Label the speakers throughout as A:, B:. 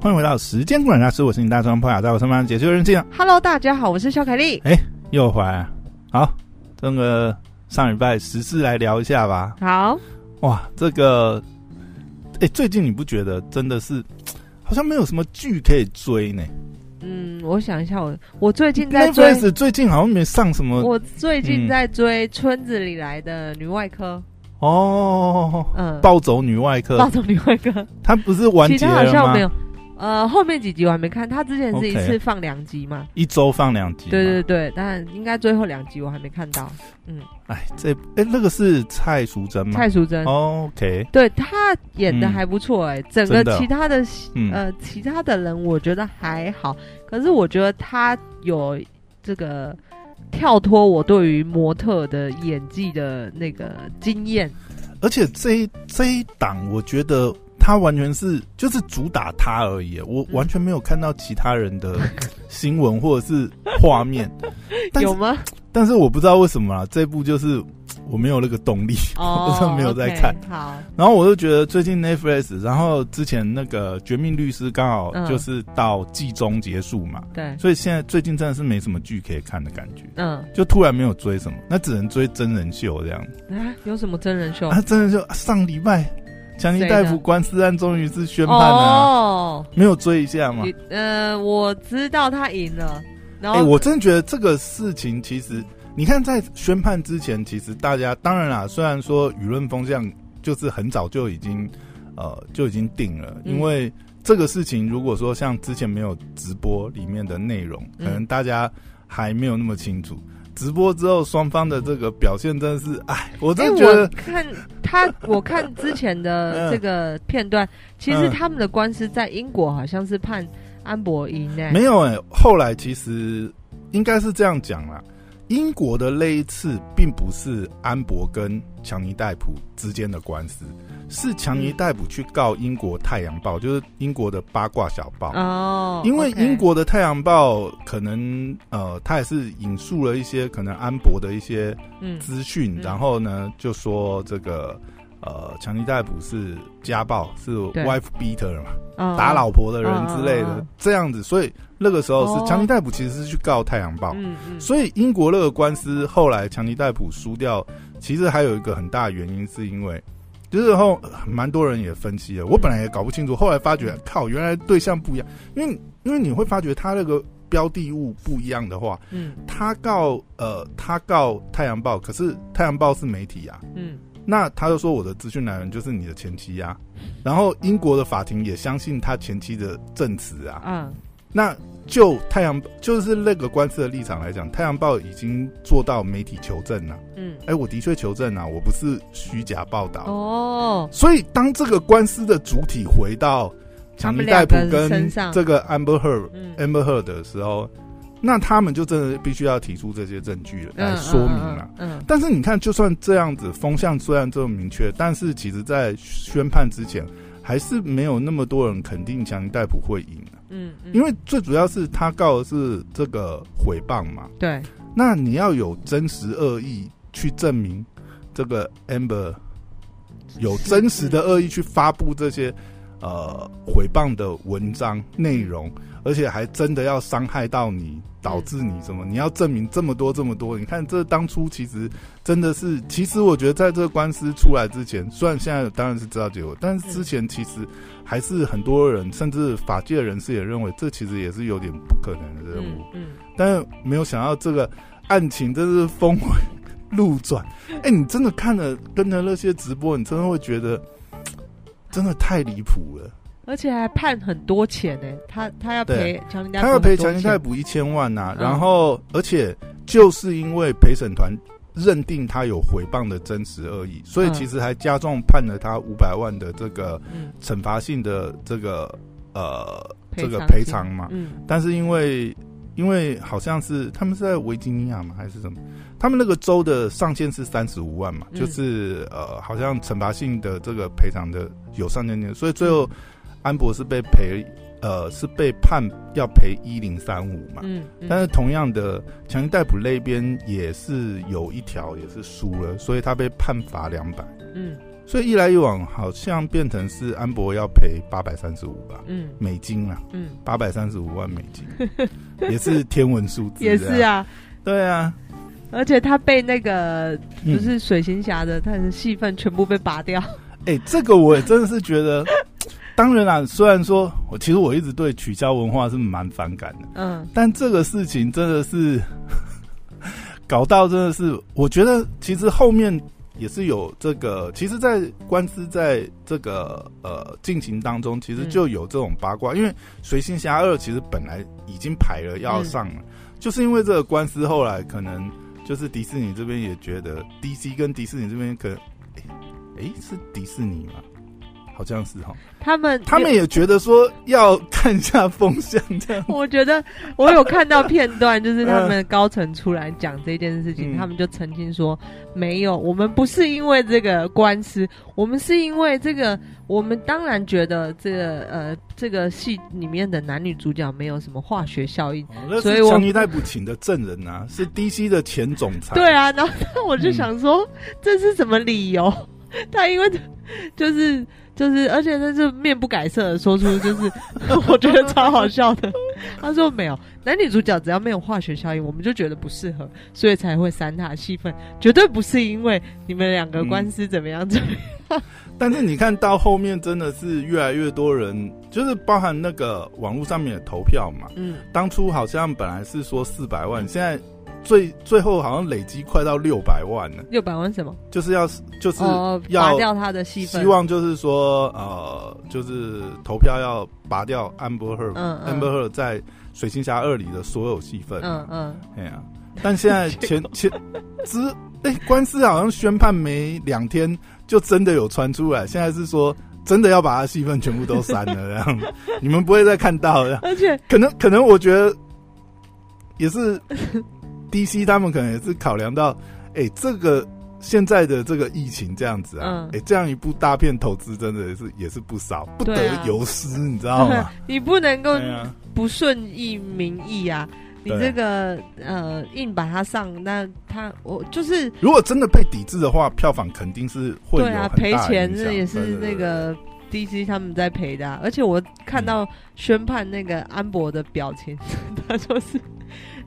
A: 欢迎回到时间管家师，我是你大双朋友，在我身旁解救人这样
B: Hello，大家好，我是肖凯丽。
A: 又回来了。好，这个上礼拜时事来聊一下吧。
B: 好，
A: 哇，这个，哎、最近你不觉得真的是好像没有什么剧可以追呢？
B: 嗯，我想一下我，我最近在追，
A: Netflix 最近好像没上什么
B: 我最
A: 嗯
B: 近在追村子里来的女外科，
A: 哦，
B: 嗯，
A: 暴走女外科
B: 暴，走女外科，
A: 她不是完
B: 其
A: 结
B: 他好
A: 了
B: 像没
A: 吗？
B: 有。呃，后面几集我还没看，他之前是一
A: OK
B: 次放两集嘛
A: 一周放两集嘛。
B: 对对对，但应该最后两集我还没看到。
A: 哎，这哎那个是蔡淑珍吗哦
B: 蔡淑珍，
A: ？OK，
B: 对她演的
A: 嗯
B: 还不错哎、整
A: 真
B: 个
A: 的哦
B: 其他的
A: 嗯，
B: 呃，其他的人我觉得还好，可是我觉得他有这个跳脱我对于模特的演技的那个经验。
A: 而且这一这一档，我觉得他完全是就是主打他而已，我
B: 嗯
A: 完全没有看到其他人的新闻或者是画 面，但是
B: 有 吗？
A: 但是我不知道为什么啊，这部就是我没有那个动力，
B: 哦，
A: 真的没有在看
B: OK，好，
A: 然后我就觉得最近 Netflix，然后之前那个《绝命律师》刚好
B: 嗯
A: 就是到季中结束嘛，
B: 对，
A: 所以现在最近真的是没什么剧可以看的感觉，
B: 嗯，
A: 就突然没有追什么，那只能追真人秀这样。
B: 啊，有什么真人秀？
A: 啊，真人秀上礼拜强尼
B: 谁
A: 大
B: 的
A: 夫官司案终于是宣判了啊、
B: 哦，
A: 没有追一下吗？
B: 你哦呃，我知道他赢了，然
A: 哎、
B: 后、
A: 我真的觉得这个事情其实，你看在宣判之前，其实大家当然啦，虽然说舆论风向就是很早就已经呃就已经定了，
B: 嗯
A: 因为这个事情如果说像之前没有直播里面的内容，可
B: 嗯
A: 能大家还没有那么清楚。直播之后，双方的这个表现真的是，哎，我
B: 哎、
A: 真的觉
B: 我
A: 得，
B: 看他， 我看之前的
A: 嗯
B: 这个片段，其实
A: 嗯
B: 他们的官司在英国好像是判安博赢诶、
A: 没有哎、后来其实应该是这样讲啦。英国的那一次并不是安博跟强尼戴普之间的官司，是强尼戴普去告英国《太阳报》，就是英国的八卦小报。
B: 哦，
A: 因为
B: OK
A: 英国的《太阳报》可能呃，它也是引述了一些可能安博的一些
B: 嗯
A: 资讯，
B: 嗯
A: 然后呢就说这个呃，强尼戴普是家暴，是
B: 对
A: wife beater 嘛。
B: 哦
A: 打老婆的人之类
B: 嗯嗯
A: 的
B: 嗯嗯，
A: 这样子。所以那个时候
B: 哦
A: 是强尼戴普其实是去告《太阳报》，
B: 嗯嗯，
A: 所以英国那个官司后来强尼戴普输掉，其实还有一个很大的原因是因为。就是后呃蛮多人也分析了，我本来也搞不清楚，后来发觉靠，原来对象不一样，因为因为你会发觉他那个标的物不一样的话，
B: 嗯
A: 他告呃他告《太阳报》，可是《太阳报》是媒体啊，
B: 嗯
A: 那他就说我的资讯来源就是你的前妻啊，然后英国的法庭也相信他前妻的证词啊。
B: 嗯
A: 那就太阳就是那个官司的立场来讲，太阳报已经做到媒体求证了、
B: 嗯，
A: 哎，我的确求证啊，我不是虚假报道。
B: 哦，
A: 所以当这个官司的主体回到强尼戴普跟这个 Amber Heard
B: 嗯
A: Amber Heard 的时候，那他们就真的必须要提出这些证据来
B: 嗯
A: 说明啊了、
B: 嗯，嗯
A: 但是你看，就算这样子风向虽然这么明确，但是其实在宣判之前，还是没有那么多人肯定强尼戴普会赢啊、
B: 嗯嗯，
A: 因为最主要是他告的是这个诽谤嘛，
B: 对，
A: 那你要有真实恶意去证明这个 Amber 有真实的恶意去发布这些呃诽谤的文章内容，而且还真的要伤害到你，导致你什么？你要证明这么多这么多。你看，这当初其实真的是，其实我觉得在这个官司出来之前，虽然现在当然是知道结果，但是之前其实还是很多人，甚至法界人士也认为这其实也是有点不可能的任务。
B: 嗯嗯，
A: 但是没有想到这个案情真是峰回 路转。哎、你真的看了跟着那些直播，你真的会觉得真的太离谱了。
B: 而且还判很多钱呢，他他要
A: 对
B: 赔强尼戴普
A: 他要赔
B: 很多
A: 强尼戴
B: 钱，
A: 普一千万呐、
B: 嗯
A: 然后而且就是因为陪审团。认定他有回谤的真实恶意，所以
B: 嗯
A: 其实还加重判了他五百万的这个
B: 嗯，
A: 惩罚性的这个呃这个
B: 金
A: 赔偿嘛。
B: 嗯
A: 但是因为因为好像是他们是在维吉尼亚嘛，还是什么？他们那个州的上限是三十五万嘛，
B: 嗯
A: 就是呃，好像惩罚性的这个赔偿的有上限点，所以最后安博是被赔呃是被判要赔一零三五嘛。
B: 嗯，嗯
A: 但是同样的，强尼逮捕那边也是有一条也是输了，所以他被判罚两百。
B: 嗯
A: 所以一来一往，好像变成是安博要赔八百三十五吧
B: 嗯
A: 美金啊，
B: 嗯，
A: 八百三十五万美金， 也是天文数字，
B: 也是，啊，
A: 对啊，
B: 而且他被那个
A: 嗯
B: 不是水行侠的，他的戏份全部被拔掉。
A: 哎、这个我也真的是觉得，当然啦，虽然说我其实我一直对取消文化是蛮反感的，
B: 嗯
A: 但这个事情真的是 搞到真的是，我觉得其实后面也是有这个，其实，在官司在这个呃进行当中，其实
B: 嗯
A: 就有这种八卦，因为《随心侠二》其实本来已经排了要上了，就是因为这个官司后来可能就是迪士尼这边也觉得 DC 跟迪士尼这边可能，哎、诶是迪士尼吗？好像是哈，哦
B: 他们
A: 他们也觉得说要看一下风向这样
B: 我觉得我有看到片段，就是他们高层出来讲这件事情，
A: 嗯
B: 他们就澄清说，没有，我们不是因为这个官司，我们是因为这个，我们当然觉得这个呃这个戏里面的男女主角没有什么化学效应，
A: 哦那
B: 所以
A: 是
B: 我
A: 强尼戴普请的证人啊，是 DC 的前总裁。
B: 对，啊，然后我
A: 嗯
B: 就想说、这是什么理由？ 他因为就是就是，而且他是面不改色的说出，就是 我觉得超好笑的。 他说没有男女主角只要没有化学效应，我们就觉得不适合，所以才会删他的戏份，绝对不是因为你们两
A: 嗯
B: 个官司怎么样怎么样。
A: 但是你看到后面真的是越来越多人，就是包含那个网络上面的投票嘛，
B: 嗯
A: 当初好像本来是说四百万，现在最最后好像累积快到六百万了，
B: 六百万什么？
A: 就是要就是
B: 哦，
A: 要
B: 拔掉他的戏份。
A: 希望就是说呃，就是投票要拔掉 Amber Heard，Amber、
B: 嗯嗯
A: Heard 在《水星侠二》里的所有戏份。
B: 嗯嗯，
A: 哎呀、但现 在前前之哎、官司好像宣判没两天，就真的有传出来，现在是说真的要把他戏份全部都删了，这样 你们不会再看到了。
B: 而且
A: 可能可能我觉得也是 DC 他们可能也是考量到，哎、这个。现在的这个疫情这样子啊，哎、
B: 嗯
A: 这样一部大片投资真的也是也是不少，不得
B: 对啊
A: 有失，你知道 吗？
B: 你不能够
A: 对啊
B: 不顺意民意啊，你
A: 对
B: 这个呃硬把它上，那他我就是
A: 如果真的被抵制的话，票房肯定是会有
B: 对啊
A: 很大
B: 赔
A: 的
B: 钱，
A: 影响
B: 这也
A: 对
B: 是
A: 对对嗯
B: 那个 DC 他们在赔的啊、而且我看到宣判那个安博的表情， 他就是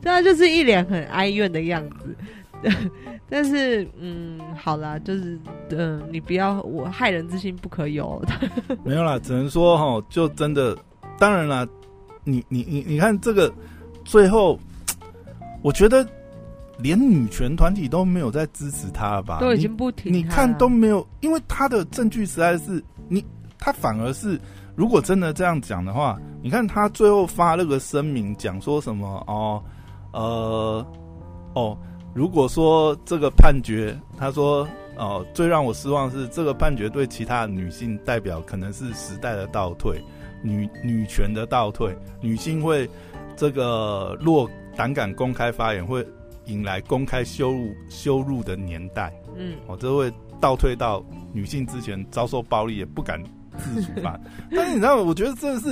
B: 他就是一脸很哀怨的样子。 但是，嗯，好啦，就是，嗯、你不要我害人之心不可有。
A: 没有啦，只能说哈，就真的，当然啦，你你你你看这个最后，我觉得连女权团体都没有在支持他了吧？
B: 都已经不停
A: 啊你你
B: 他
A: 看
B: 了
A: 都没有，因为他的证据实在是你，他反而是如果真的这样讲的话，你看他最后发那个声明，讲说什么哦，呃，哦，如果说这个判决，他说哦，最让我失望的是这个判决对其他女性代表可能是时代的倒退，女女权的倒退，女性会这个若胆敢公开发言，会引来公开羞辱羞辱的年代。
B: 嗯，
A: 哦，这会倒退到女性之前遭受暴力也不敢自处吧。 但是你知道，我觉得真的是，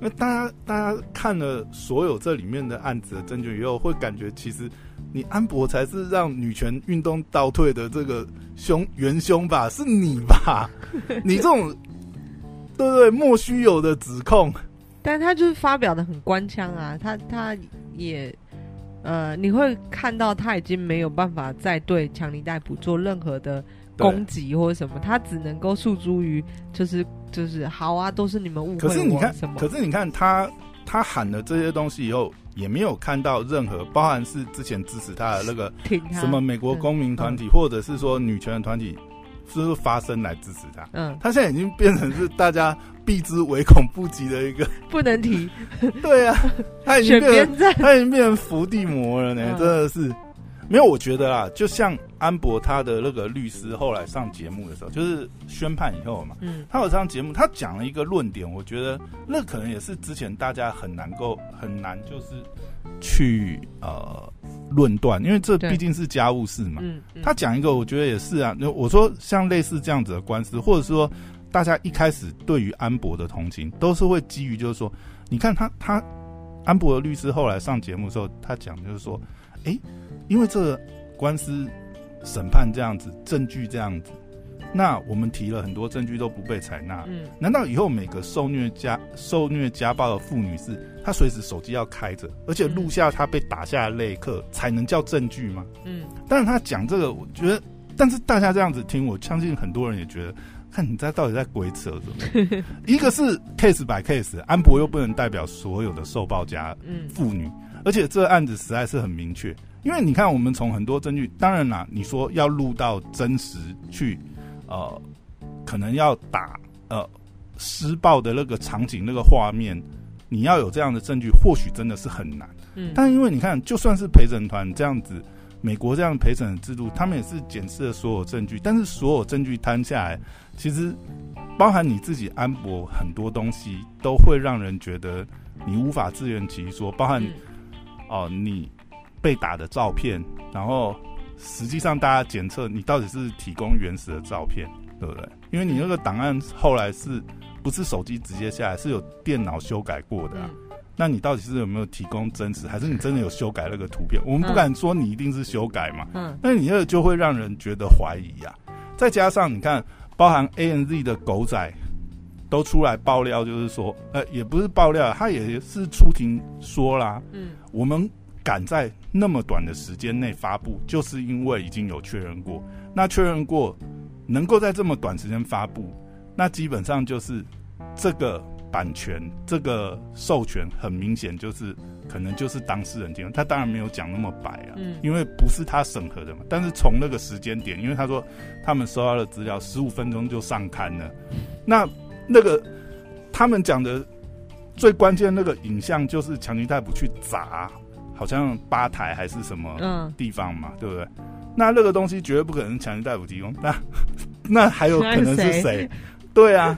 A: 因为大家大家看了所有这里面的案子的证据以后，会感觉其实你安博才是让女权运动倒退的这个凶元凶吧，是你吧？你这种。对不对，莫须有的指控，
B: 但他就是发表的很官腔
A: 嗯
B: 啊，他他也呃，你会看到他已经没有办法再对强尼逮捕做任何的
A: 对
B: 攻击或者什么，他只能够诉诸于就是就是好啊，都是你们误
A: 可
B: 会
A: 是你
B: 我
A: 看
B: 什，么
A: 可，是你看他，他喊了这些东西以后，也没有看到任何，包含是之前支持他的那个
B: 挺他
A: 什么美国公民团体，或者是说女权团体，就是发声来支持他。
B: 嗯，
A: 他现在已经变成是大家避之唯恐不及的一 个，
B: 不 能提
A: 对啊，他已经
B: 选
A: 变成
B: 边 站，
A: 他已经变成伏地魔了呢，
B: 嗯
A: 真的是。没有，我觉得啊，就像安博他的那个律师后来上节目的时候，就是宣判以后嘛，
B: 嗯
A: 他有上节目，他讲了一个论点，我觉得那可能也是之前大家很难够很难就是去呃论断，因为这
B: 对
A: 毕竟是家务事嘛。
B: 嗯，嗯
A: 他讲一个，我觉得也是啊。那我说像类似这样子的官司，或者说大家一开始对于安博的同情，都是会基于就是说，你看他他安博的律师后来上节目的时候，他讲就是说，诶，因为这个官司审判这样子，证据这样子，那我们提了很多证据都不被采纳，
B: 嗯，
A: 难道以后每个受虐家受虐家暴的妇女是她随时手机要开着，而且录下她被打下的那一刻才能叫证据吗？
B: 嗯，
A: 但是他讲这个，我觉得，但是大家这样子听，我相信很多人也觉得，看你在到底在鬼扯什么？一个是 case by case，安博又不能代表所有的受暴家
B: 嗯，
A: 妇女，而且这个案子实在是很明确，因为你看，我们从很多证据，当然啦，你说要录到真实去，呃，可能要打呃施暴的那个场景、那个画面，你要有这样的证据，或许真的是很难。
B: 嗯，
A: 但因为你看，就算是陪审团这样子，美国这样陪审的制度，他们也是检视了所有证据，但是所有证据摊下来，其实包含你自己安博很多东西，都会让人觉得你无法自圆其说，包含
B: 嗯
A: 哦、你被打的照片，然后实际上大家检测你到底是提供原始的照片，对不对？因为你那个档案后来是不是手机直接下来，是有电脑修改过的、啊。
B: 嗯
A: 那你到底是有没有提供真实，还是你真的有修改那个图片？我们不敢说你一定是修改嘛，
B: 嗯
A: 那你这就会让人觉得怀疑啊。再加上你看，包含 A N Z 的狗仔都出来爆料，就是说，呃，也不是爆料，他也是出庭说啦，
B: 嗯
A: 我们敢在那么短的时间内发布，就是因为已经有确认过。那确认过，能够在这么短时间发布，那基本上就是这个版权、这个授权，很明显就是可能就是当事人提供。他当然没有讲那么白啊，
B: 嗯
A: 因为不是他审核的嘛。但是从那个时间点，因为他说他们收到的资料十五分钟就上刊了，那那个他们讲的最关键那个影像就是强尼戴普去砸，好像吧台还是什么
B: 嗯，
A: 地方嘛，对不对？那那个东西绝对不可能是强尼戴普提供，那那还有可能
B: 那
A: 是
B: 是
A: 谁？对啊，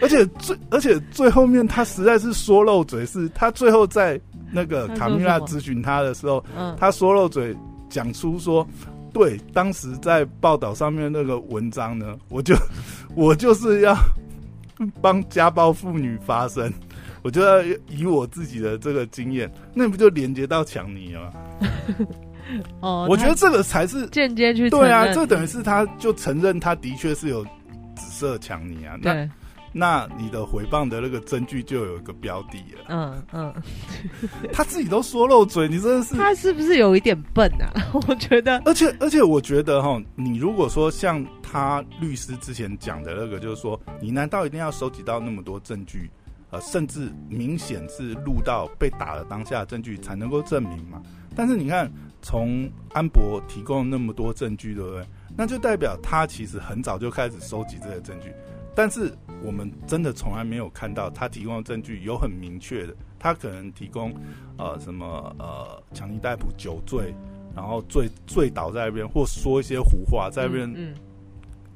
A: 而且最而且最后面他实在是说漏嘴，是他最后在那个
B: 他说
A: 卡米拉
B: 什么
A: 咨询他的时候，
B: 嗯，
A: 他说漏嘴，讲出说，对，当时在报道上面那个文章呢，我就 我就是要帮家暴妇女发声， 我就要以我自己的这个经验，那不就连接到强尼了吗？
B: 哦，
A: 我觉得
B: 他
A: 这个才是
B: 间接去
A: 对啊，
B: 承认
A: 这等于是他就承认他的确是有紫色强尼啊，那
B: 对，
A: 那你的回谤的那个证据就有一个标的了，
B: 嗯嗯，
A: 他自己都说漏嘴，你真的是
B: 他是不是有一点笨啊？ 我觉得，
A: 而且而且，我觉得哈，你如果说像他律师之前讲的那个，就是说，你难道一定要收集到那么多证据，呃，甚至明显是录到被打的当下的证据才能够证明嘛？但是你看，从安博提供那么多证据，对不对？那就代表他其实很早就开始收集这些证据，但是我们真的从来没有看到他提供的证据有很明确的，他可能提供呃什么呃强尼逮捕酒醉，然后醉醉倒在那边，或说一些胡话在那边
B: 嗯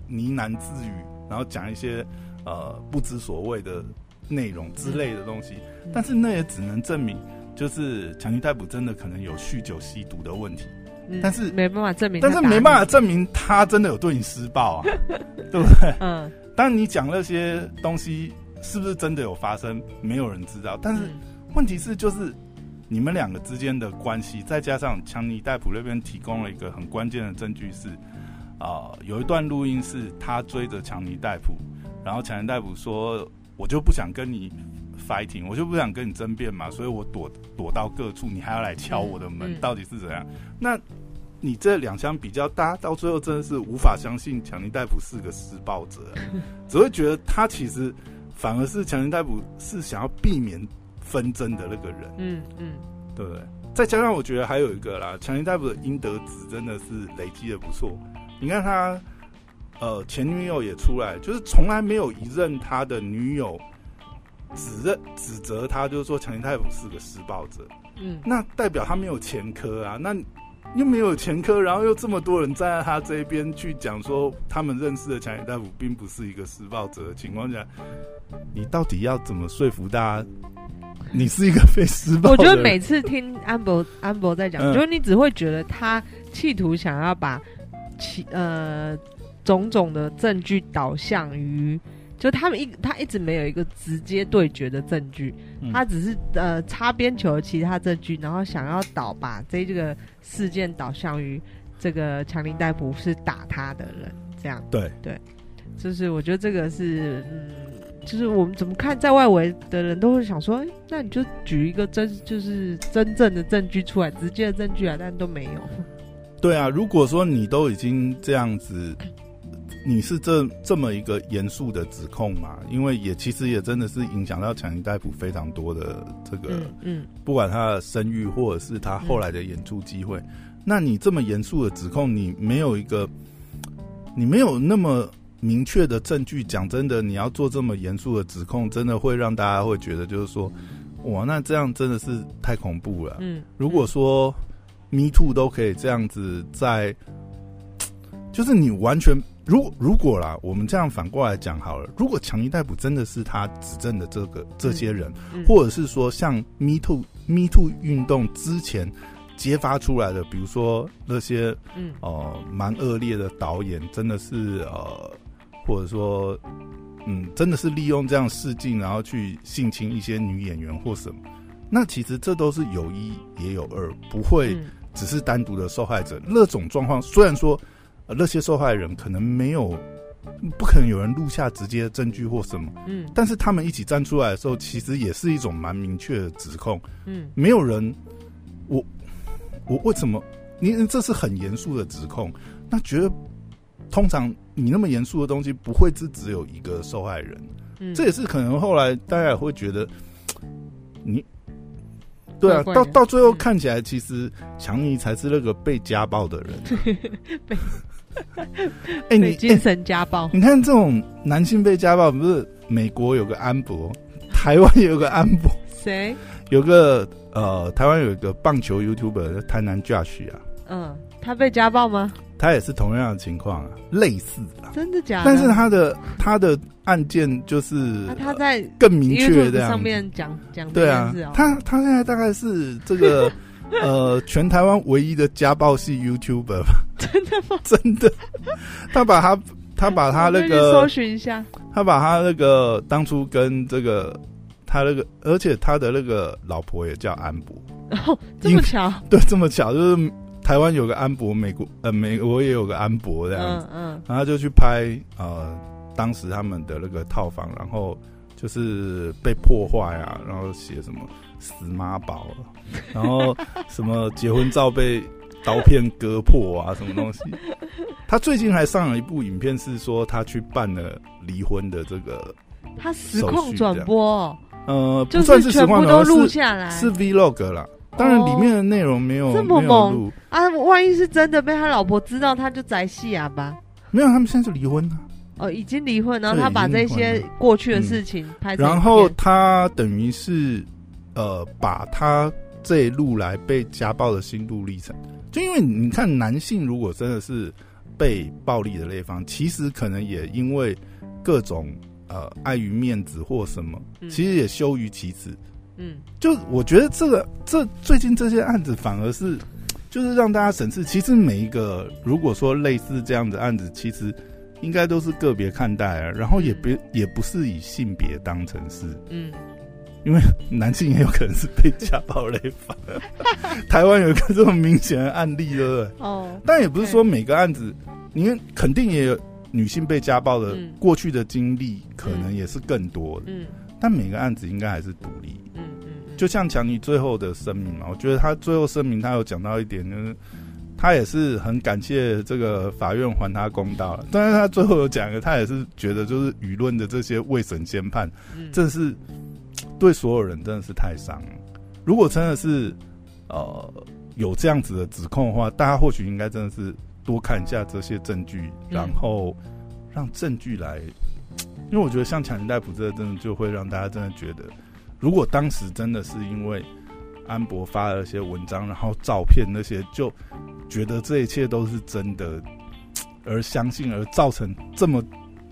A: 呢喃自语，然后讲一些呃不知所谓的内容之类的东西，
B: 嗯
A: 但是那也只能证明。就是强尼逮捕真的可能有酗酒、吸毒的问题，
B: 嗯
A: 但是
B: 没办法证明，
A: 但是没办法，证明他真的有对你施暴啊，对不对？
B: 嗯，
A: 当你讲那些东西是不是真的有发生，没有人知道。但是
B: 嗯
A: 问题是，就是你们两个之间的关系，再加上强尼戴普那边提供了一个很关键的证据是，啊、有一段录音是他追着强尼戴普，然后强尼戴普说：“我就不想跟你 fighting，我就不想跟你争辩嘛，所以我躲躲到各处，你还要来敲我的门，
B: 嗯嗯
A: 到底是怎样？”那你这两相比较，大家到最后真的是无法相信强尼戴普是个施暴者，只会觉得他其实反而是强尼戴普是想要避免纷争的那个人，
B: 嗯嗯
A: 对不对？再加上我觉得还有一个啦，强尼戴普的应得值真的是累积的不错。你看他，呃，前女友也出来，就是从来没有一任他的女友指认指责他，就是说强尼戴普是个施暴者。
B: 嗯
A: 那代表他没有前科啊，那又没有前科，然后又这么多人站在他这边去讲说他们认识的强尼大夫并不是一个施暴者的情况下，你到底要怎么说服大家？你是一个被施暴
B: 我
A: 的
B: 觉
A: 人？
B: 得每次听安博安博在讲，
A: 嗯
B: 就是你只会觉得他企图想要把其呃种种的证据导向于，就他们一他一直没有一个直接对决的证据，
A: 嗯
B: 他只是呃擦边球其他证据，然后想要导把这这个事件导向于这个强林逮捕是打他的人这样。
A: 对
B: 对，就是我觉得这个是，嗯，就是我们怎么看，在外围的人都会想说，哎、那你就举一个真，就是真正的证据出来，直接的证据啊，但都没有。
A: 对啊，如果说你都已经这样子，你是这这么一个严肃的指控嘛？因为也其实也真的是影响到强尼戴普非常多的这个，
B: 嗯嗯，
A: 不管他的声誉或者是他后来的演出机会。那你这么严肃的指控，你没有一个，你没有那么明确的证据。讲真的，你要做这么严肃的指控，真的会让大家会觉得就是说，哇，那这样真的是太恐怖了。
B: 嗯，
A: 如果说 Me Too 都可以这样子在，就是你完全如如果啦，我们这样反过来讲好了，如果强尼逮捕真的是他指证的这个这些人，
B: 嗯
A: 或者是说像 Me Too Me Too 运动之前揭发出来的，比如说那些
B: 嗯
A: 呃蛮恶劣的导演，真的是呃，或者说嗯，真的是利用这样试镜，然后去性侵一些女演员或什么。那其实这都是有一也有二，不会
B: 嗯
A: 只是单独的受害者。那种状况虽然说、呃那些受害人可能没有，不可能有人录下直接的证据或什么，
B: 嗯
A: 但是他们一起站出来的时候，其实也是一种蛮明确的指控。
B: 嗯
A: 没有人，我我为什么？你这是很严肃的指控，那觉得通常你那么严肃的东西，不会是只有一个受害人。
B: 嗯，
A: 这也是可能后来大家也会觉得，你对啊，
B: 怪怪
A: 到
B: 的
A: 到最后
B: 嗯
A: 看起来，其实强尼才是那个被家暴的人。啊
B: 嗯 被
A: 哎，你
B: 被精
A: 哎
B: 神家暴。
A: 你看这种男性被家暴，不是美国有个安博，台湾也有个安博，
B: 谁？
A: 有个呃，台湾有一个棒球 YouTuber 叫台南 Josh 啊，
B: 嗯，他被家暴吗？
A: 他也是同样的情况啊，类似啊，
B: 真的假的？
A: 但是他的他的案件就是、
B: 那
A: 呃
B: 他在
A: 更明确
B: 啊 YouTube
A: 这样
B: 上
A: 子
B: 面讲讲这
A: 对
B: 件
A: 啊
B: 事哦，
A: 他他现在大概是这 个呃全台湾唯一的家暴系 YouTuber 吧？真的吗？真的，他把他他把他那
B: 我再去搜
A: 个
B: 寻一下，
A: 他把他那个当初跟这个他那个，而且他的那个老婆也叫安博，
B: 然后哦这么巧，
A: 对，这么巧，就是台湾有个安博，美国呃美国也有个安博这样子，
B: 嗯嗯
A: 然后他就去拍呃当时他们的那个套房，然后就是被破坏啊，然后写什么死妈宝啊，然后什么结婚照被刀片割破啊，什么东西。他最近还上了一部影片，是说他去办了离婚的这个
B: 嗯他实况转播哦，
A: 呃，不
B: 就
A: 算是实
B: 全
A: 况
B: 部都
A: 的，
B: 录
A: 是
B: 下来哦
A: 是 vlog 啦。当然，里面的内容没有、
B: 这么
A: 没有
B: 猛
A: 录，
B: 啊！万一是真的被他老婆知道，他就宅戏哑巴。
A: 没有，他们现在就离婚了。
B: 哦，已经离婚，然后
A: 对
B: 他把这
A: 已经离
B: 些
A: 婚
B: 过去的事情拍成影片
A: 然后他等于是呃，把他这一路来被家暴的心路历程，就因为你看，男性如果真的是被暴力的那一方，其实可能也因为各种呃碍于面子或什么，
B: 嗯
A: 其实也羞于启齿。
B: 嗯
A: 就我觉得这个这最近这些案子反而是，就是让大家审视，其实每一个如果说类似这样的案子，其实应该都是个别看待啊，然后也别也不是以性别当成是，
B: 嗯，
A: 男性也有可能是被家暴类犯， 台湾有一个这么明显的案例，对不对？
B: 哦，
A: 但也不是说每个案子，因为肯定也有女性被家暴的
B: 嗯
A: 过去的经历，可能也是更多的，
B: 嗯
A: 但每个案子应该还是独立。
B: 嗯嗯，
A: 就像强尼最后的声明嘛，我觉得他最后声明他有讲到一点，就是他也是很感谢这个法院还他公道了。但是他最后有讲一个，他也是觉得就是舆论的这些未审先判，
B: 嗯
A: 真的是对所有人真的是太伤了。如果真的是呃有这样子的指控的话，大家或许应该真的是多看一下这些证据，
B: 嗯
A: 然后让证据来，因为我觉得像强尼戴普这个真的就会让大家真的觉得，如果当时真的是因为安博发了一些文章，然后照片那些，就觉得这一切都是真的，而相信而造成这么。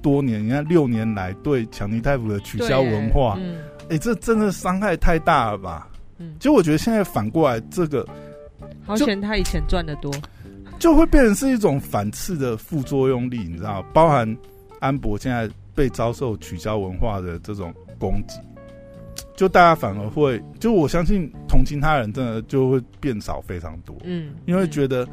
A: 多年，你看六年来对强尼戴普的取消文化，
B: 对嗯
A: 哎、这真的伤害太大了吧？
B: 嗯
A: 就我觉得现在反过来，这个
B: 好险他以前赚的多，
A: 就会变成是一种反刺的副作用力，你知道吗，包含安博现在被遭受取消文化的这种攻击，就大家反而会，就我相信同情他人真的就会变少非常多，
B: 嗯，
A: 因为
B: 得
A: 觉得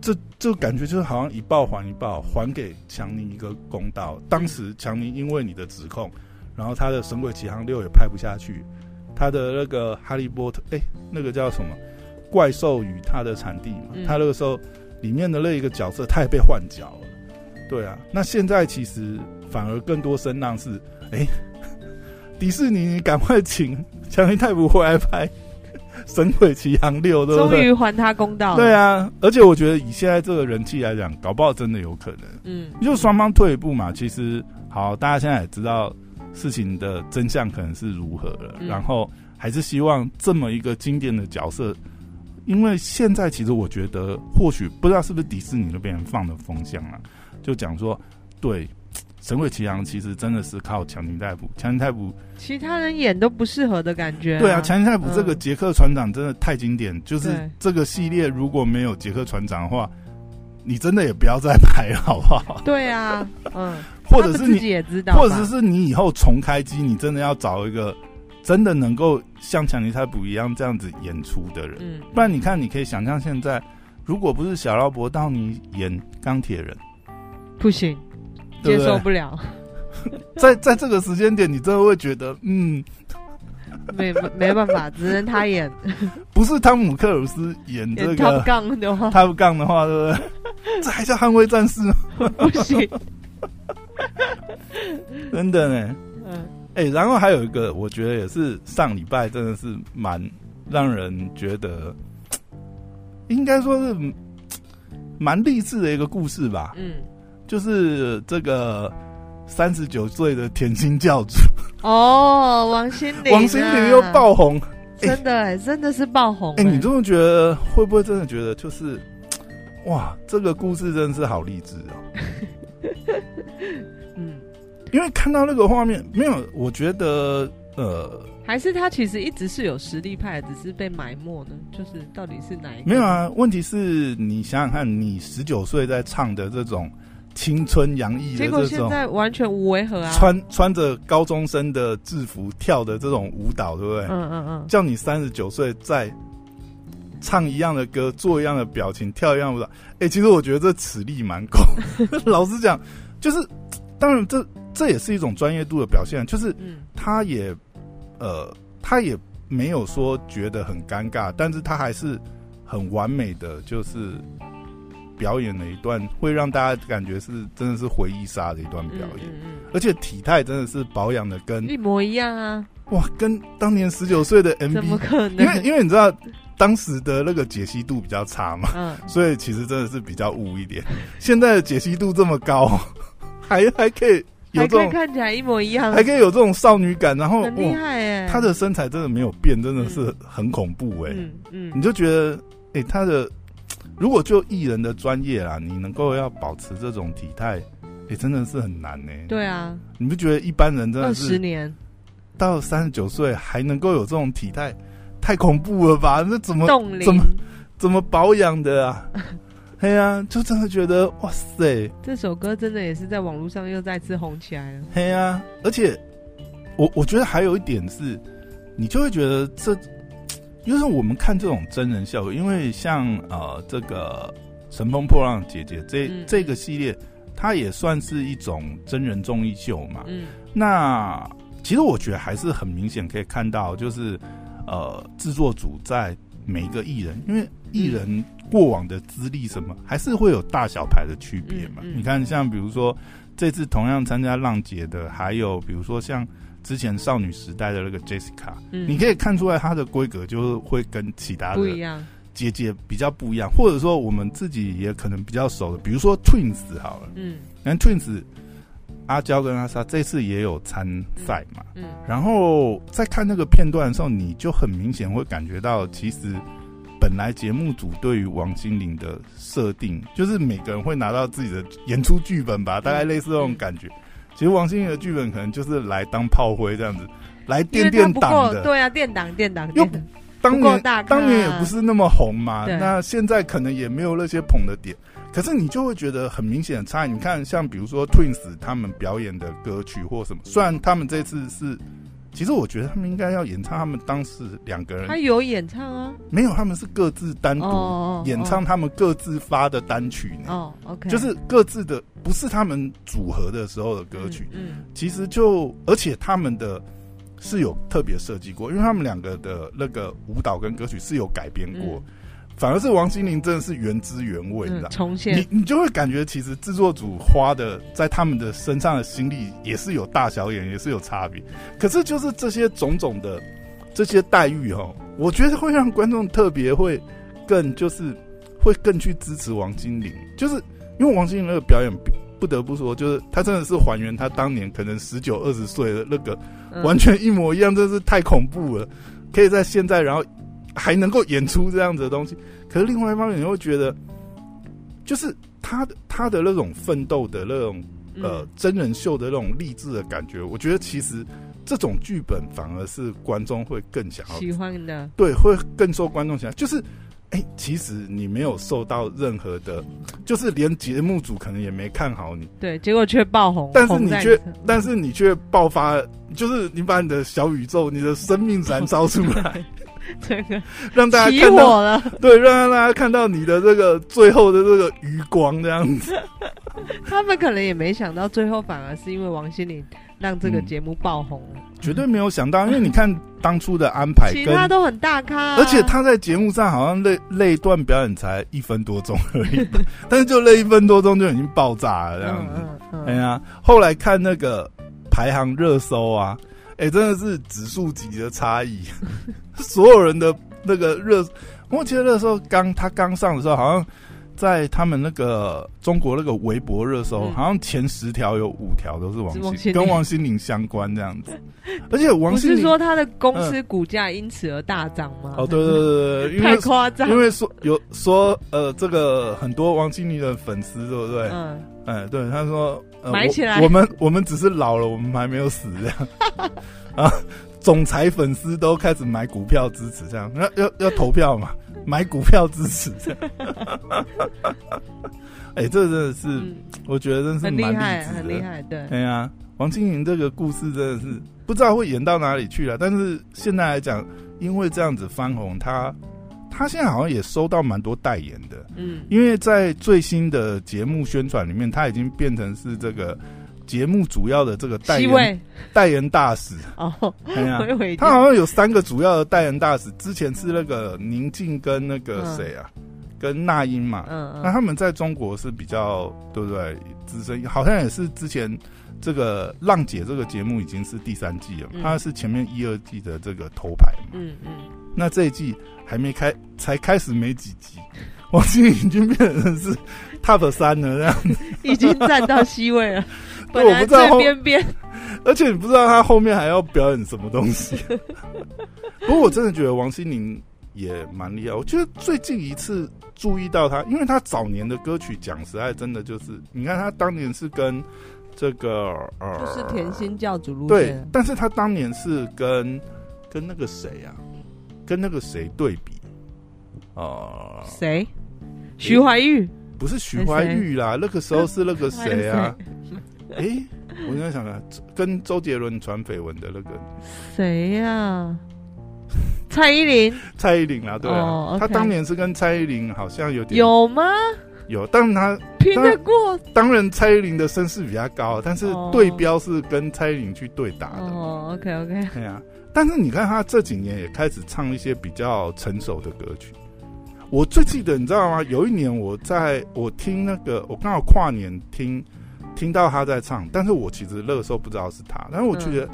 A: 这这感觉就是好像一报还一报，还给强尼一个公道。当
B: 嗯
A: 时强尼因为你的指控，然后他的《神鬼奇航六》也拍不下去，他的那个《哈利波特》哎，那个叫什么《怪兽与他的产地》嘛
B: 嗯，
A: 他那个时候里面的那一个角色他也被换角了。对啊，那现在其实反而更多声浪是，哎，迪士尼你赶快请强尼泰普回来拍《神鬼奇航六》，对不
B: 终
A: 对？
B: 于还他公道。
A: 对，啊，而且我觉得以现在这个人气来讲，搞不好真的有可能，
B: 嗯，
A: 就双方退一步嘛。其实好，大家现在也知道事情的真相可能是如何了，
B: 嗯
A: 然后还是希望这么一个经典的角色，因为现在其实我觉得或许不知道是不是迪士尼那边放的风向啊，就讲说对。神鬼奇航其实真的是靠强尼戴普，强尼戴普
B: 其他人演都不适合的感觉。
A: 对啊，强尼戴普这个
B: 嗯
A: 杰克船长真的太经典，就是
B: 对
A: 这个系列如果没有杰克船长的话，你真的也不要再拍了，好不 好？
B: 对啊，嗯，
A: 或者是
B: 他们自
A: 你，
B: 己也知道吧，
A: 或者是你以后重开机，你真的要找一个真的能够像强尼戴普一样这样子演出的人，
B: 嗯，
A: 不然你看，你可以想象现在，如果不是小劳勃道尼演钢铁人，
B: 不行，
A: 对
B: 接
A: 不
B: 受
A: 对？
B: 不了，
A: 在在这个时间点，你真的会觉得，嗯，
B: 没没办法，只能他演
A: 不是汤姆克鲁斯演这
B: 演
A: 个
B: Top 杠的话
A: 他不杠的话，对不对？这还叫捍卫战士吗？
B: 不 行。
A: 真的呢。
B: 嗯
A: 哎、然后还有一个，我觉得也是上礼拜真的是蛮让人觉得，应该说是嗯蛮励志的一个故事吧。
B: 嗯，
A: 就是这个三十九岁的甜心教主
B: 哦，王心凌啊，
A: 王心凌又爆红。
B: 真的欸，真的是爆红
A: 哎、
B: 欸。
A: 你真的觉得会不会真的觉得就是，哇，这个故事真的是好励志哦。
B: 嗯，
A: 因为看到那个画面，没有，我觉得呃，
B: 还是他其实一直是有实力派，只是被埋没呢？就是到底是哪一个？
A: 没有，啊，问题是你想想看，你十九岁在唱的这种青春洋溢的
B: 结果
A: 这
B: 现
A: 种，
B: 在完全无违和啊。
A: 穿穿着高中生的制服跳的这种舞蹈，对不对？
B: 嗯嗯嗯，
A: 叫你三十九岁再唱一样的歌，做一样的表情，跳一样的舞蹈，哎、其实我觉得这齿力蛮够。 老实讲，就是当然这这也是一种专业度的表现，啊就是
B: 嗯
A: 他也呃，他也没有说觉得很尴尬，但是他还是很完美的，就是表演了一段会让大家感觉是真的是回忆杀的一段
B: 嗯
A: 表演，
B: 嗯
A: 而且体态真的是保养的跟
B: 嗯，一模一样啊，
A: 哇，跟当年十九岁的
B: 怎
A: MV，
B: 么可
A: 嗯因为
B: 能？
A: 因为你知道当时的那个解析度比较差嘛，
B: 嗯，
A: 所以其实真的是比较雾一 点。现在的解析度这么高，还还可以 有这
B: 还可以
A: 种。哎
B: 看起来一模一样，啊
A: 还可以有这种少女感，然后
B: 很
A: 哇
B: 厉害哎。
A: 她哦的身材真的没有变，真的是很恐怖哎、
B: 嗯嗯
A: 你就觉得，哎、她的如果就艺人的专业啦，你能够要保持这种体态，哎、真的是很难呢、，欸
B: 对啊，
A: 你不觉得一般人真
B: 二
A: 的
B: 十
A: 是
B: 年
A: 到三十九岁还能够有这种体态，太恐怖了吧？那怎么
B: 冻龄
A: 哦怎，么怎么保养的啊？ 哎呀、就真的觉得哇塞，
B: 这首歌真的也是在网络上又再次红起来了。
A: 嘿呀、而且我我觉得还有一点是，你就会觉得这，就是我们看这种真人秀，因为像呃这个《乘风破浪的姐姐》这、
B: 嗯
A: 这个系列，它也算是一种真人综艺秀嘛。
B: 嗯
A: 那其实我觉得还是很明显可以看到，就是呃制作组在每一个艺人，因为艺人过往的资历什么，还是会有大小牌的区别嘛。
B: 嗯嗯
A: 你看，像比如说这次同样参加浪姐的，还有比如说像之前少女时代的那个 Jessica，、
B: 嗯，
A: 你可以看出来她的规格就是会跟其他
B: 不
A: 的
B: 一样。
A: 姐姐比较不一样，或者说我们自己也可能比较熟的，比如说 Twins 好了，
B: 嗯
A: 你看 Twins。阿娇跟阿莎这次也有参赛嘛，
B: 嗯
A: 然后在看那个片段的时候，你就很明显会感觉到，其实本来节目组对于王心凌的设定，就是每个人会拿到自己的演出剧本吧，大概类似这种感觉。其实王心凌的剧本可能就是来当炮灰这样子，来
B: 因
A: 垫
B: 为它
A: 垫
B: 不
A: 档
B: 够，
A: 的。
B: 对啊，电档电档，
A: 又
B: 电档
A: 当
B: 不够
A: 年
B: 大咖，啊
A: 当年也不是那么红嘛，
B: 对
A: 那现在可能也没有那些捧的点，可是你就会觉得很明显的差异。你看，像比如说 Twins 他们表演的歌曲或什么，虽然他们这次是其实我觉得他们应该要演唱他们当时两个
B: 他
A: 人，
B: 有演唱啊，
A: 没有，他们是各自单
B: 哦
A: 独
B: 哦，哦
A: 演唱他们各自发的单曲呢，
B: 哦，OK，
A: 就是各自的，不是他们组合的时候的歌曲。
B: 嗯，
A: 其实就而且他们的是有特别设计过，因为他们两个的那个舞蹈跟歌曲是有改编过，反而是王心凌真的是原汁原味，你知
B: 嗯
A: 道
B: 嗯，。重现
A: 你你就会感觉，其实制作组花的在他们的身上的心力也是有大小眼，也是有差别。可是就是这些种种的这些待遇哦，我觉得会让观众特别会更就是会更去支持王心凌，就是因为王心凌那个表演，不不得不说，就是她真的是还原她当年可能十九二十岁的那个
B: 嗯
A: 完全一模一样，真是太恐怖了。可以在现在，然后还能够演出这样子的东西。可是另外一方面，你会觉得，就是他的他的那种奋斗的那种呃
B: 嗯
A: 真人秀的那种励志的感觉，我觉得其实这种剧本反而是观众会更想要
B: 喜欢的，
A: 对，会更受观众喜爱。就是，哎、其实你没有受到任何的，就是连节目组可能也没看好你，
B: 对，结果却爆红，
A: 但是
B: 红
A: 你
B: 在
A: 却
B: 身，
A: 但是你却爆发，就是你把你的小宇宙、你的生命燃烧出 来，
B: 这个
A: 让 大家
B: 起
A: 看到，
B: 火了，
A: 对，让大家看到你的这个最后的这个余光这样子。
B: 他们可能也没想到，最后反而是因为王心凌让这个
A: 嗯
B: 节目爆红了，
A: 绝对没有想到，因为你看当初的安排
B: 其
A: 跟，
B: 他都很大咖啊，
A: 而且他在节目上好像那那一段表演才一分多钟而已， 但是就那一分多钟就已经爆炸了这样子。
B: 嗯嗯
A: 哎
B: 嗯，
A: 呀，后来看那个排行热搜啊，哎、真的是指数级的差 异，所有人的那个热，我记得那时候刚他刚上的时候，好像在他们那个中国那个微博热搜，
B: 嗯
A: 好像前十条有五条都是王
B: 是
A: 心
B: 王心凌
A: 跟王心凌相关这样子，而且王
B: 不
A: 心
B: 是
A: 凌
B: 说他的公司股价因此而大涨吗？
A: 哦，对对对对，因
B: 太
A: 为。
B: 夸张
A: 因，为说有说呃，这个很多王心凌的粉丝，对不对？
B: 嗯，
A: 哎，对，他说、呃、
B: 买起来
A: 我，我们我们只是老了，我们还没有死这样 啊。总裁粉丝都开始买股票支持，这样要要要投票嘛，
B: 嗯
A: 买股票支持这 样。哎、这真的是，
B: 嗯
A: 我觉得真是
B: 很厉
A: 蛮
B: 害，
A: 励志
B: 很厉
A: 的。
B: 害，对，
A: 哎呀、王心凌这个故事真的是不知道会演到哪里去了，但是现在来讲，因为这样子翻红，她她现在好像也收到蛮多代言的。
B: 嗯，
A: 因为在最新的节目宣传里面，他已经变成是这个节目主要的这个代
B: 七
A: 言
B: 位
A: 代言大 使。
B: 哦，
A: 哎呀
B: 我，以为
A: 他好像有三个主要的代言大使，之前是那个宁静跟那个
B: 嗯
A: 谁啊，跟那英嘛。
B: 嗯
A: 那
B: 嗯，
A: 他们在中国是比较对不对资深，好像也是之前这个《浪姐》这个节目已经是第三季了嘛，
B: 嗯
A: 它是前面一二季的这个头牌嘛。
B: 嗯嗯，
A: 那这一季还没开，才开始没几集， 王心凌已经变成是 top 三了 这样。
B: 已经站到 C 位了，
A: 对
B: 本
A: 我
B: 来
A: 不知道
B: 最
A: 后
B: 边边，
A: 而且你不知道她后面还要表演什么东西。 不过我真的觉得王心凌也蛮厉害，我觉得最近一次注意到她，因为她早年的歌曲讲实在真的就是，你看她当年是跟这个呃，
B: 就是甜心教主路
A: 对
B: 线，，
A: 但是她当年是跟跟那个谁啊，跟那个谁对比。呃，
B: 谁？徐怀钰，
A: 不是徐怀钰 啦，那个时候是那个谁啊？哎、我现在想想，跟周杰伦传绯闻的那个
B: 谁 呀？蔡依林
A: 蔡依林啊，对啊，
B: 哦，OK
A: 他当年是跟蔡依林好像有点
B: 有吗？
A: 有，但他
B: 拼得过
A: 当然蔡依林的身世比较高，但是
B: 哦
A: 对标是跟蔡依林去对打的，
B: 哦，OK OK，
A: 对啊。但是你看他这几年也开始唱一些比较成熟的歌曲。我最记得你知道吗？有一年我在我听那个，我刚好跨年听听到他在唱，但是我其实那个时候不知道是他，但是我觉得、诶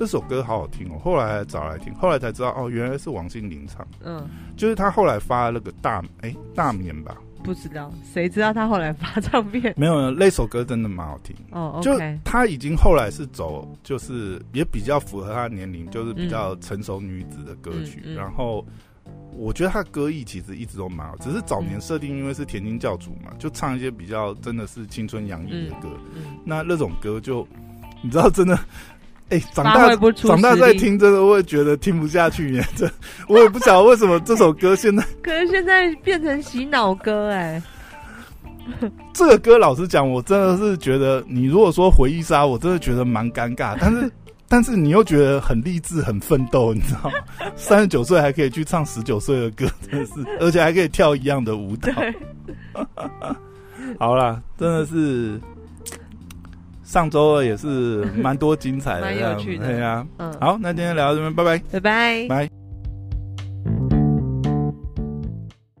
A: 那首歌好好听哦，后来找来听，后来才知道哦，原来是王心凌唱，
B: 嗯，
A: 就是他后来发那个大哎、大眠吧，
B: 不知道，谁知道他后来发唱片？
A: 没有那首歌真的蛮好听。
B: 哦
A: 就
B: ，OK，
A: 他已经后来是走，就是也比较符合他年龄，就是比较成熟女子的歌曲。
B: 嗯嗯嗯
A: 然后我觉得他歌艺其实一直都蛮好，只是早年设定因为是田径教主嘛，就唱一些比较真的是青春洋溢的歌。
B: 嗯，
A: 那那种歌就你知道，真的，哎、长
B: 发
A: 大
B: 挥不出
A: 长大
B: 实
A: 再
B: 力
A: 听，真的会觉得听不下去耶。这我也不晓得为什么这首歌现在
B: 可是现在变成洗脑歌哎，
A: 这个歌，老实讲，我真的是觉得，你如果说回忆杀，我真的觉得蛮尴尬。但是 但是你又觉得很励志、很奋斗，你知 道吗？三十九岁还可以去唱十九岁的歌，真的是，而且还可以跳一样的舞蹈。 好啦，真的是上周二也是蛮多精彩的，
B: 蛮有趣的
A: 对啊。
B: 嗯，
A: 好，那今天聊到这边，拜拜，
B: 拜拜。
A: 拜。